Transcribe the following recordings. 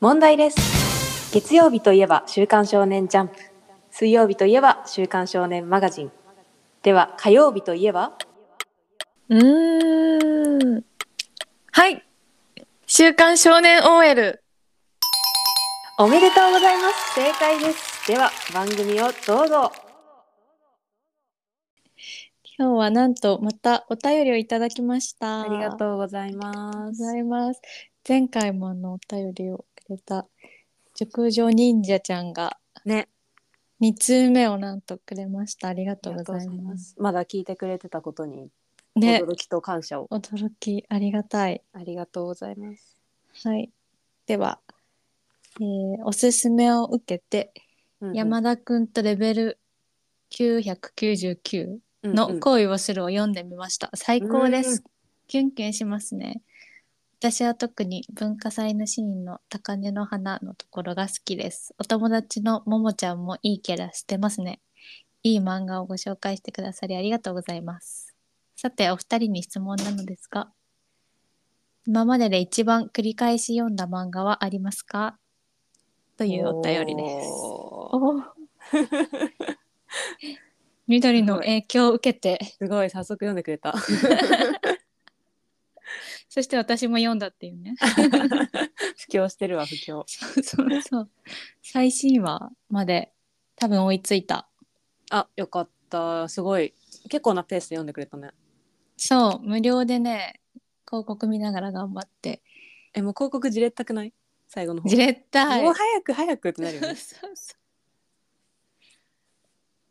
問題です月曜日といえば「週刊少年ジャンプ」水曜日といえば「週刊少年マガジン」では火曜日といえばうーん。はい。週刊少年 OL。おめでとうございます正解ですでは番組をどうぞ今日はなんとまたお便りをいただきました。ありがうとうございまごすざいます。前回もあのお便りをくれた熟女忍者ちゃんがね2通目をなんとくれました。ありがあとうございりがとうござま。いますすまだ聞いてくれてたことにね、驚きと感謝を、驚きありがたい。ありがとうございますはい。では、えーおすすめを受けて、うんうん山田くんとレベル999の恋をするを読んでみました。最高でうんす。キュンキュンしますね。私は特に文化祭のシーンの高根の花のところが好きです。お友達のももちゃんもいいキャラしてますね。いい漫画をご紹介してくださりありがとうございます。さて、お二人に質問なのですが、今までで一番繰り返し読んだ漫画はありますかとというお便りです。お 緑の影響を受けてすごい早速読んでくれ たそして私も読んだっていうね不況してるわ不況 そうそうそう最新話まで多分追いついたあよかったすごい結構なペースで読んでくれたねそう無料でね広告見ながら頑張ってえもう広告じれったくない最後の方じれったいもう早く早くってなるよね そうそう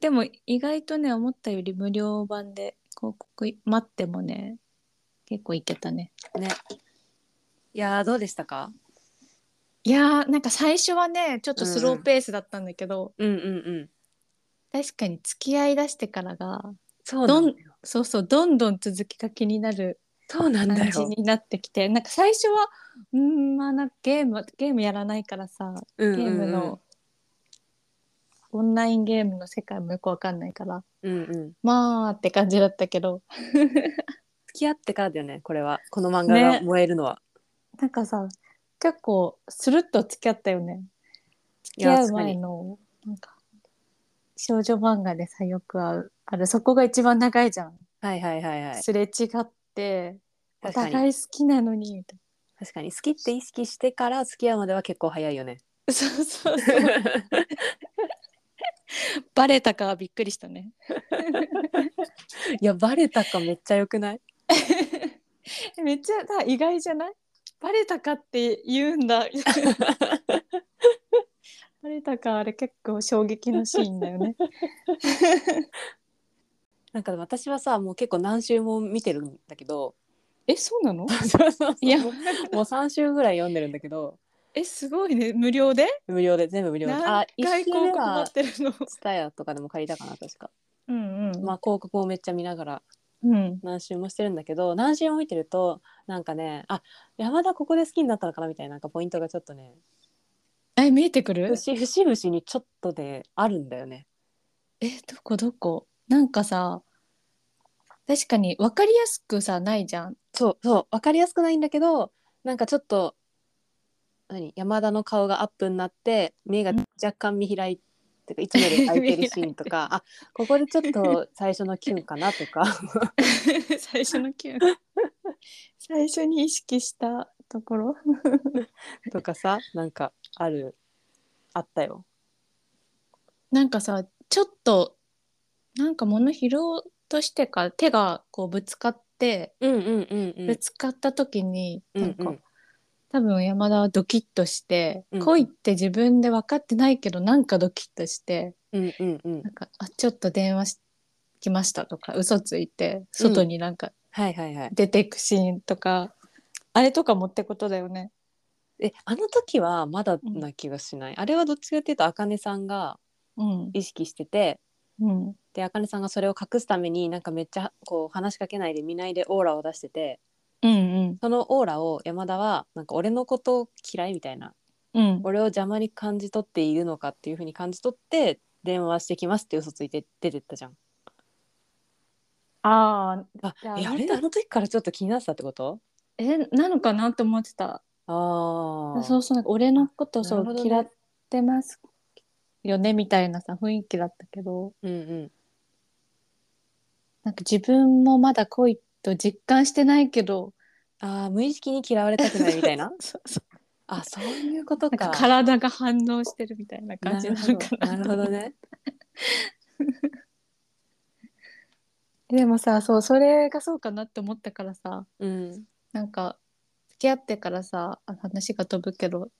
でも意外とね思ったより無料版で広告待ってもね結構いけたねね いやーどうでしたかいやーなんか最初はねちょっとスローペースだったんだけど、うんうんうん確かに付き合いだしてからがそうなんだよそうそうどんどん続きが気になるそうなんだ感じよ、になってきてなんか最初はうんまあなんかゲームゲームやらないからさうんゲうんーうんムの、オンラインゲームの世界もよくわかんないからうんうん、付まあって感じだったけどき合ってからだよねこれはこの漫画がね燃えるのは、なんかさ結構スルッと付き合ったよね付いきや合う前のなんか少女漫画でさよく会うあれそこが一番長いじゃん、はいはいはいはいすれ違ってお確かに互い好きなのにみたい確かに好きって意識してから付き合うまでは結構早いよねな そうそうそうバレたかはびっくりしたね。 いやバレたかめっちゃ良くないめっちゃだ意外じゃないバレたかって言うん だ。バレたかあれ結構衝撃のシーンだよね。なんか私はさもう結構何週も見てるんだけど えそうなのそうそうそういやもう3週ぐらい読んでるんだけどえすごいね無料で無料で全部無料であ何回一週目広告は待ってるのツタヤとかでも借りたかな確か、うんうん、まあ、広告をめっちゃ見ながらうん、何周もしてるんだけど何周も見てるとなんかねあ山田ここで好きになったのかなみたいななんかポイントがちょっとねえ見えてくる節節々にちょっとであるんだよね。えどこどこなんかさ確かに分かりやすくさないじゃんそうそう分かりやすくないんだけどなんかちょっと何山田の顔がアップになって目が若干見開い てかいつもより開いてるシーンとかあここでちょっと最初のキュンかなとか 最初のキュン 最初に意識したところとかさなんかあるあったよ。なんかさちょっとなんか物拾おうとしてか手がこうぶつかって、うんうんうんうんぶつかった時になんか、うんうん多分山田はドキッとして、うん恋って自分で分かってないけどなんかドキッとしてうんうんうんなんかあちょっと電話し来ましたとか嘘ついて外になんかはいはいはい。出ていくシーンとか、あれとかもってことだよね。えあの時はまだな気がしない、あれはどっちかっていうと茜さんがうん意識しててうんで茜さんがそれを隠すためになんかめっちゃこう話しかけないで見ないでオーラを出しててうんそのオーラを山田はなんか俺のこと嫌いみたいなうん俺を邪魔に感じ取っているのかっていうふうに感じ取って電話してきますって嘘ついて出てったじゃん。あああいやえああのれ時あの時からちょっと気になってたってことえなのかなと思ってたああ。そうそうなんか俺のことそなるほう、どね嫌ってますよねみたいなさ雰囲気だったけどうんうん。なんか自分もまだ恋と実感してないけど。ああ、無意識に嫌われたくないみたいなそうそうあ、そういうことなんか。か体が反応してるみたいな感じなのかななるほどなるほどね。 でもさそうそれがそうかなって思ったからさうん。なんか付き合ってからさあ話が飛ぶけど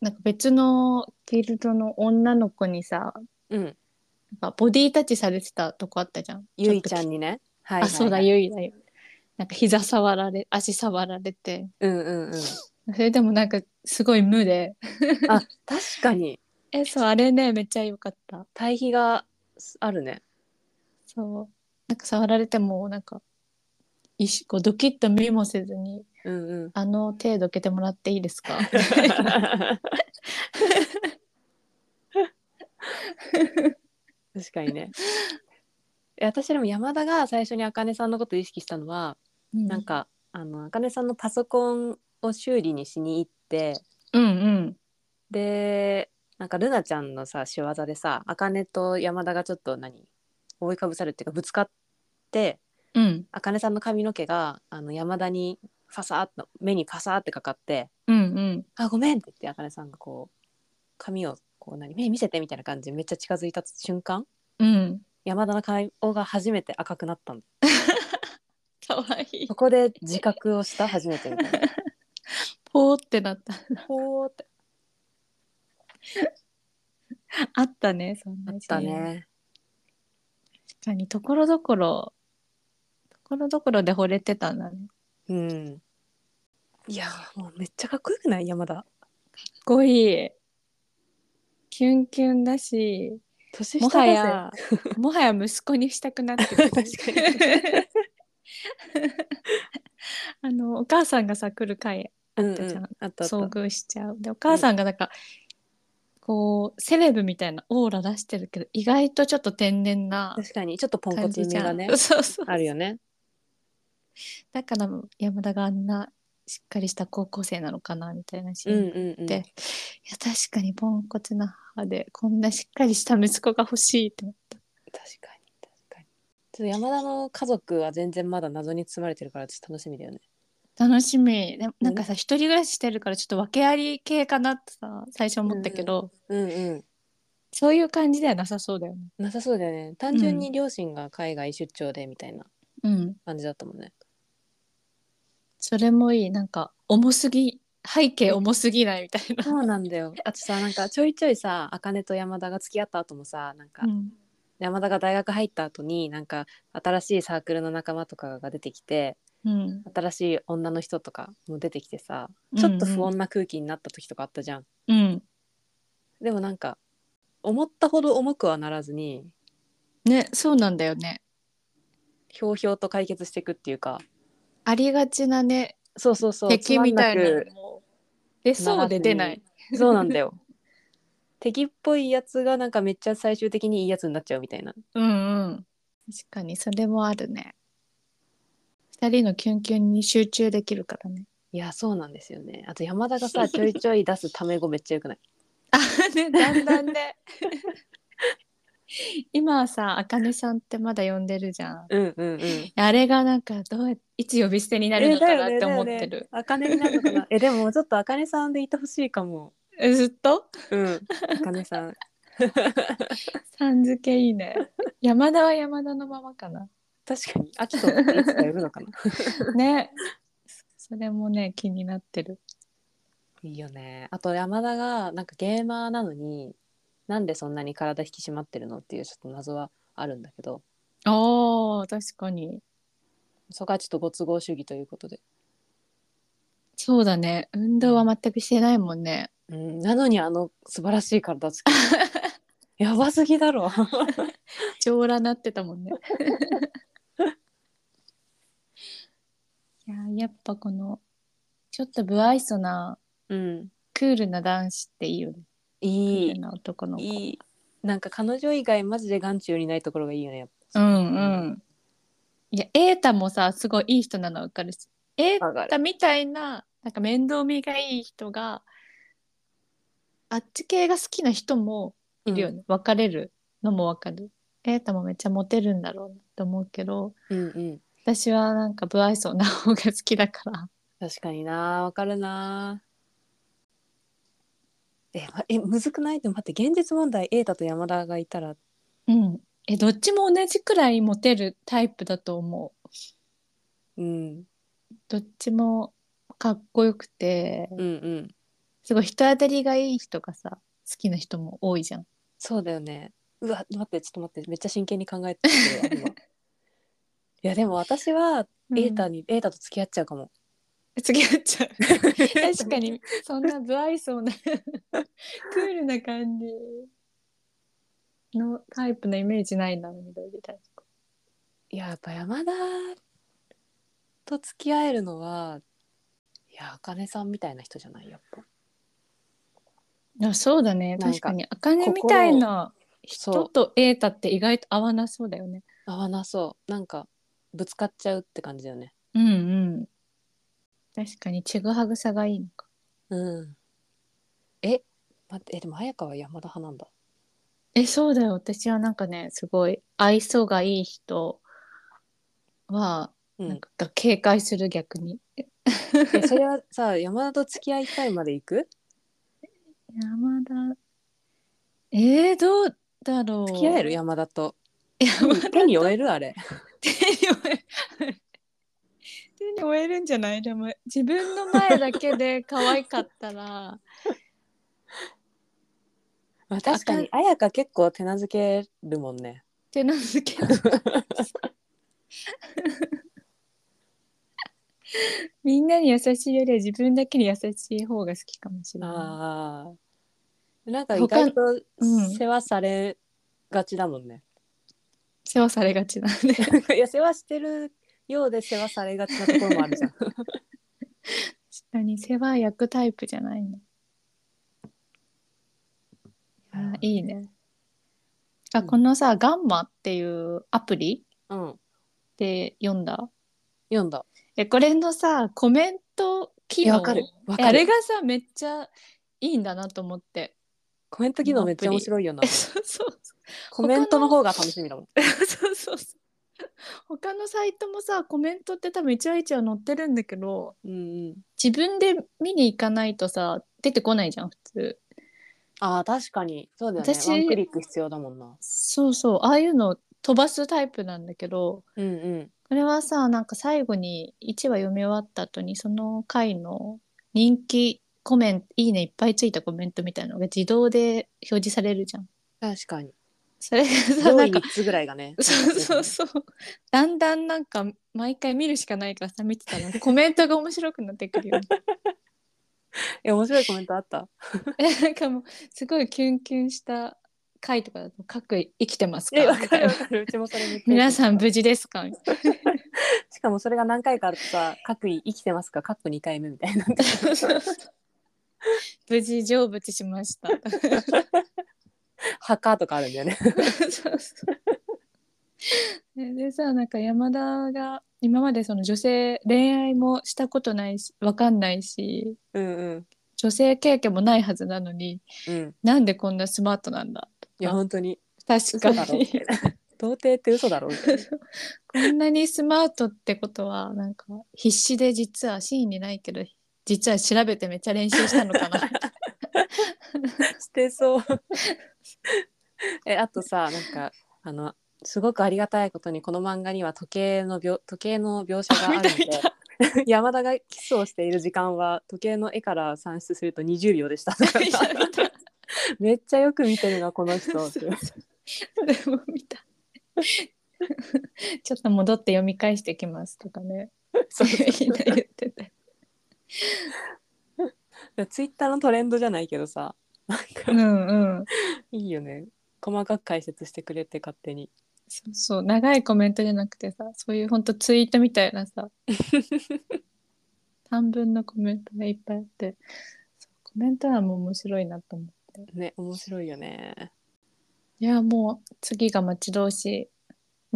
なんか別のフィールドの女の子にさうん。なんかボディタッチされてたとこあったじゃん。ゆいちゃんに、にね。はいあそうだゆいだよ。なんか膝触られ足触られてうんうんうん。それでもなんかすごい無であ、確かに。えそうあれねめっちゃ良かった。対比があるね。そうなんか触られてもなんか一瞬こうドキッと見もせずにうんうん。 あの手どけてもらっていいですか確かにね。いや私でも山田が最初にあかねさんのことを意識したのは、なん、かあのあかねさんのパソコンを修理にしに行ってうんうんでなんかルナちゃんのさ仕業でさあかねと山田がちょっと何覆いかぶさるっていうかぶつかってうんあかねさんの髪の毛があの山田にファサーっと目にファサーってかかってうんうん「あごめん」って言ってあかねさんがこう髪をこう何目見せてみたいな感じでめっちゃ近づいた瞬間うん山田の顔が初めて赤くなったんだかわいいそこで自覚をした初めてみたいな。ポーってなった ほーってあったねそんななっシーたンね。確かにところどころところどころで惚れてたんだねかうん。いやーもうめっちゃかっこよくない山田。っこいいキュンキュンだし年も下はだぜやもはや息子にしたくなってくる 確かにあのお母さんがさ来る回うんうんたじゃあんったあった遭遇しちゃうでお母さんがなんか、こうセレブみたいなオーラ出してるけど意外とちょっと天然な確かにちょっとポンコ感ツじ味じゃがん、ね そうそう あるよね。だから山田があんなしっかりした高校生なのかなみたいなシうーんンうんうん。で、いや確かにポンコツな母でこんなしっかりした息子が欲しいって思った確かに確かにちょっと山田の家族は全然まだ謎に包まれてるからちょっと楽しみだよね楽しみでなんかさ、一人暮らししてるからちょっと訳あり系かなってさ最初思ったけど、うんうそういう感じではなさそうだよねんなさそうだよね単純に両親が海外出張でみたいなうん感じだったもんね、それもいいなんか重すぎ背景重すぎないみたいな、そうなんだよ あとさなんかちょいちょいさ茜と山田が付き合った後もさなんか、うん、山田が大学入った後になんか新しいサークルの仲間とかが出てきてうん新しい女の人とかも出てきてさちょっと不穏な空気になった時とかあったじゃん、うんでもなんか思ったほど重くはならずにねそうなんだよねひょうひょうと解決していくっていうかありがちなねそうそうそう敵みたいなつまんのくも出そうで出ないそうなんだ よ敵っぽいやつがなんかめっちゃ最終的にいいやつになっちゃうみたいなうんうん確かにそれもあるね二人のキュンキュンに集中できるからねいやそうなんですよねあと山田が さちょいちょい出すタメ語めっちゃよくないあねだんだんね 今はさあかねさんってまだ呼んでるじゃんうんうんうんあれがなんかどうやいつ呼び捨てになるのかなって思ってる、あかねになるのか なえでもちょっとあかねさんでいてほしいかもえずっとうんあかねさんさん付けいいね。山田は山田のままかな。確かにあきとっていつか呼ぶのかなね。それもね、気になってる。いいよねあと山田がなんかゲーマーなのになんでそんなに体引き締まってるのっていうちょっと謎はあるんだけどああ、確かに。そこはちょっとご都合主義ということで、そうだね。運動は全くしてないもんね。うん、なのにあの素晴らしい体つき やばすぎだろ上裸なってたもんね。 いやー、やっぱこの、ちょっと不愛想な、うんクールな男子っていいよね。クいールいな男の子。いいなんか彼女以外マジで眼中にないところがいいよねやっうぱんうん。いや、瑛太もさ、すごいいい人なのはわかるし。瑛わかる太みたいななんか面倒見がいい人があっち系が好きな人もいるよね、別れるのも分かる瑛太もめっちゃモテるんだろうなって思うけどうんうん私はなんか不愛想な方が好きだから確かになわかるなえまえむずくないでも待って現実問題瑛太と山田がいたらうんえどっちも同じくらいモテるタイプだと思ううんどっちもかっこよくてうんうんすごい人当たりがいい人がさ好きな人も多いじゃんそうだよねうわ待ってちょっと待ってめっちゃ真剣に考えてる 今いやでも私は瑛太に瑛太、と付き合っちゃう かも次やっ ちゃう確かにそんな不愛想な クールな感じのタイプのイメージないな緑大子いややっぱ山田と付き合えるのはいや茜さんみたいな人じゃないやっぱあそうだねなんか確かにあかねみたいなそ人うと瑛太って意外と合わなそうだよね合わなそうなんかぶつかっちゃうって感じだよねうんうん確かにちぐはぐさがいいのかうんえ待ってえでも綾香は山田派なんだえそうだよ私はなんかねすごい愛想がいい人はうなんんかが警戒する逆にえそれはさ山田と付き合いたいまで行く山田えー、どうだろう付き合える 山田と山田手に負えるあれ手に負える手に負えるんじゃないでも自分の前だけで可愛かったらまあ、確かに綾香結構手なずけるもんね手なずけ みんなに優しいよりは自分だけに優しい方が好きかもしれなあーなんか意外とうん世話されがちだもん ね、い世話されがちなん でいや世話してるようで世話されがちなところもあるじゃん何世話焼くタイプじゃないの あいいねあうんこのさガンマっていうアプリうんで読んだ読んだえこれのさコメント機いや能わかるわえかあれるがさめっちゃいいんだなと思ってコメント機能めっちゃ面白いよなえ そうそうコメントの方が楽しみだもん そうそうそう他のサイトもさコメントって多分一話一話載ってるんだけどうんうん自分で見に行かないとさ出てこないじゃん普通あー確かにそうだよね私ワンクリック必要だもんなそうそうああいうの飛ばすタイプなんだけどうんうんこれはさなんか最後に1話読み終わった後にその回の人気コメントいいねいっぱいついたコメントみたいなのが自動で表示されるじゃん。確かにそれがさ上な位んか3つぐらいが ね そうそうそうだんだんなんか毎回見るしかないからさ見てたらコメントが面白くなってくるよね。 え面白いコメントあったえなんかもうすごいキュンキュンした回とかだと「各生きてますか?」えわみかたいるわなかるうちもそれめっちゃ皆さん無事ですか?」みたいしかもそれが何回かあるとさ「各位生きてますか?」「各2回目」みたいなな「無事成仏しま した」 「墓」とかあるんだよね。そうそう。ででさなんか山田が今までその女性恋愛もしたことないしわかんないしうんうん女性経験もないはずなのにうん、なんでこんなスマートなんだとかいや本当に確嘘かだろみたいにな童貞って嘘だろみたいなこんなにスマートってことはなんか必死で実はシーンにないけど実は調べてめっちゃ練習したのかな してそうえあとさなんかあのすごくありがたいことにこの漫画には時計の描時計の描写があるのあ見たで山田がキスをしている時間は時計の絵から算出すると20秒で したとか見た見ためっちゃよく見てるなこの人そうそうそうでも見たちょっと戻って読み返してきますとかねそうみんな 言ってたツイッターのトレンドじゃないけどさなんかうんうん。いいよね。細かく解説してくれて勝手に。そうそう。長いコメントじゃなくてさ、そういう本当ツイートみたい なさ、短文のコメントがいっぱいあって、そうコメント欄も面白いなと思って。ね、面白いよね。いや、もう次が待ち遠しい。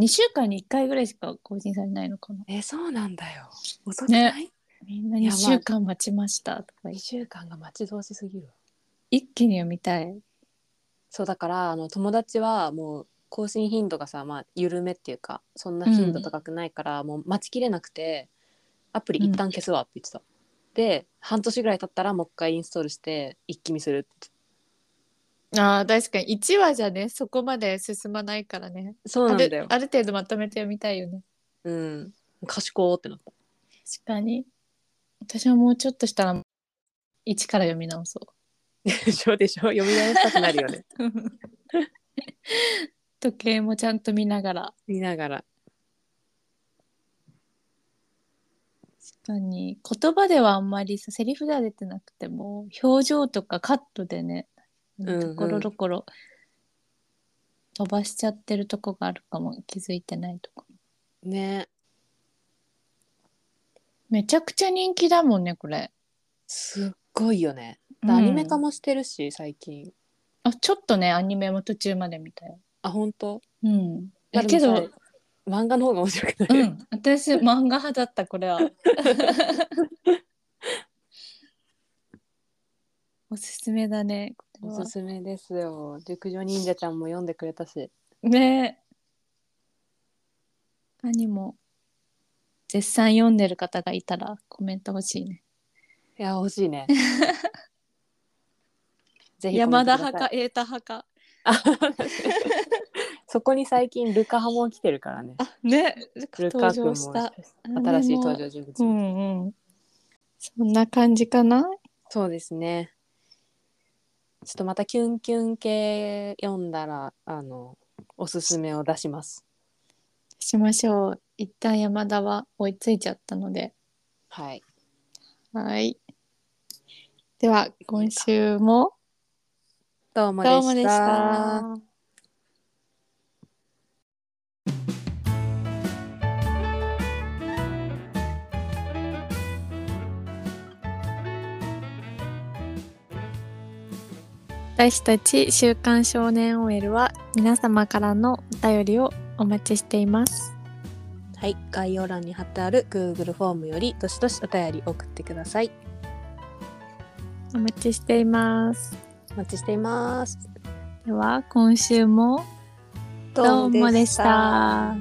2週間に1回ぐらいしか更新されないのかな。え、そうなんだよ。遅、くないみんない2やまあ週間待ちましたとか2週間が待ち遠しすぎるわ一気に読みたい。そうだからあの友達はもう更新頻度がさ、まあ、緩めっていうかそんな頻度高くないから、もう待ちきれなくてアプリ一旦消すわって言ってた、で半年ぐらい経ったらもう一回インストールして一気見するって言ってたああ確かに1話じゃねそこまで進まないからねそうあなんだるよある程度まとめて読みたいよねうん賢ーってなった確かに私はもうちょっとしたら1から読み直そ でしょでしょ読み直したくなるよ ね う時計もちゃんと見ながら見ながら確かに言葉ではあんまりさセリフでは出てなくても表情とかカットでねんうんところどころ飛ばしちゃってるとこがあるかも気づいてないとこねめちゃくちゃ人気だもんねこれ、すっごいよねアニメ化ももしてるし最近あちょっとねアニメも途中まで見たよ。あ本当うん。まあだけでども、さ漫画の方が面白くなうい、ん、私漫画派だったこ れは。おすすめだね。これおはすすめですよ熟女忍者ちゃんも読んでくれたしね。他にも絶賛読んでる方がいたらコメント欲しいね。いや欲しい ねぜひコメ山ント田くだ派さかい瑛太派か。そこに最近ルカ派も来てるからねあね。ル登カ君場もした。新しい登場人物、うんうん。そんな感じかな。そうですねちょっとまたキュンキュン系読んだらあのおすすめを出しますしましょう。一旦山田は追いついちゃったので。はいはい。では、今週もどうもでどうもでししたた。私たち週刊少年 OL は皆様からのお便りをお待ちしています。はい概要欄に貼ってある Google フォームよりどしどしお便り送ってくださいお待ちしています。お待ちしていますでは今週もどうもでした。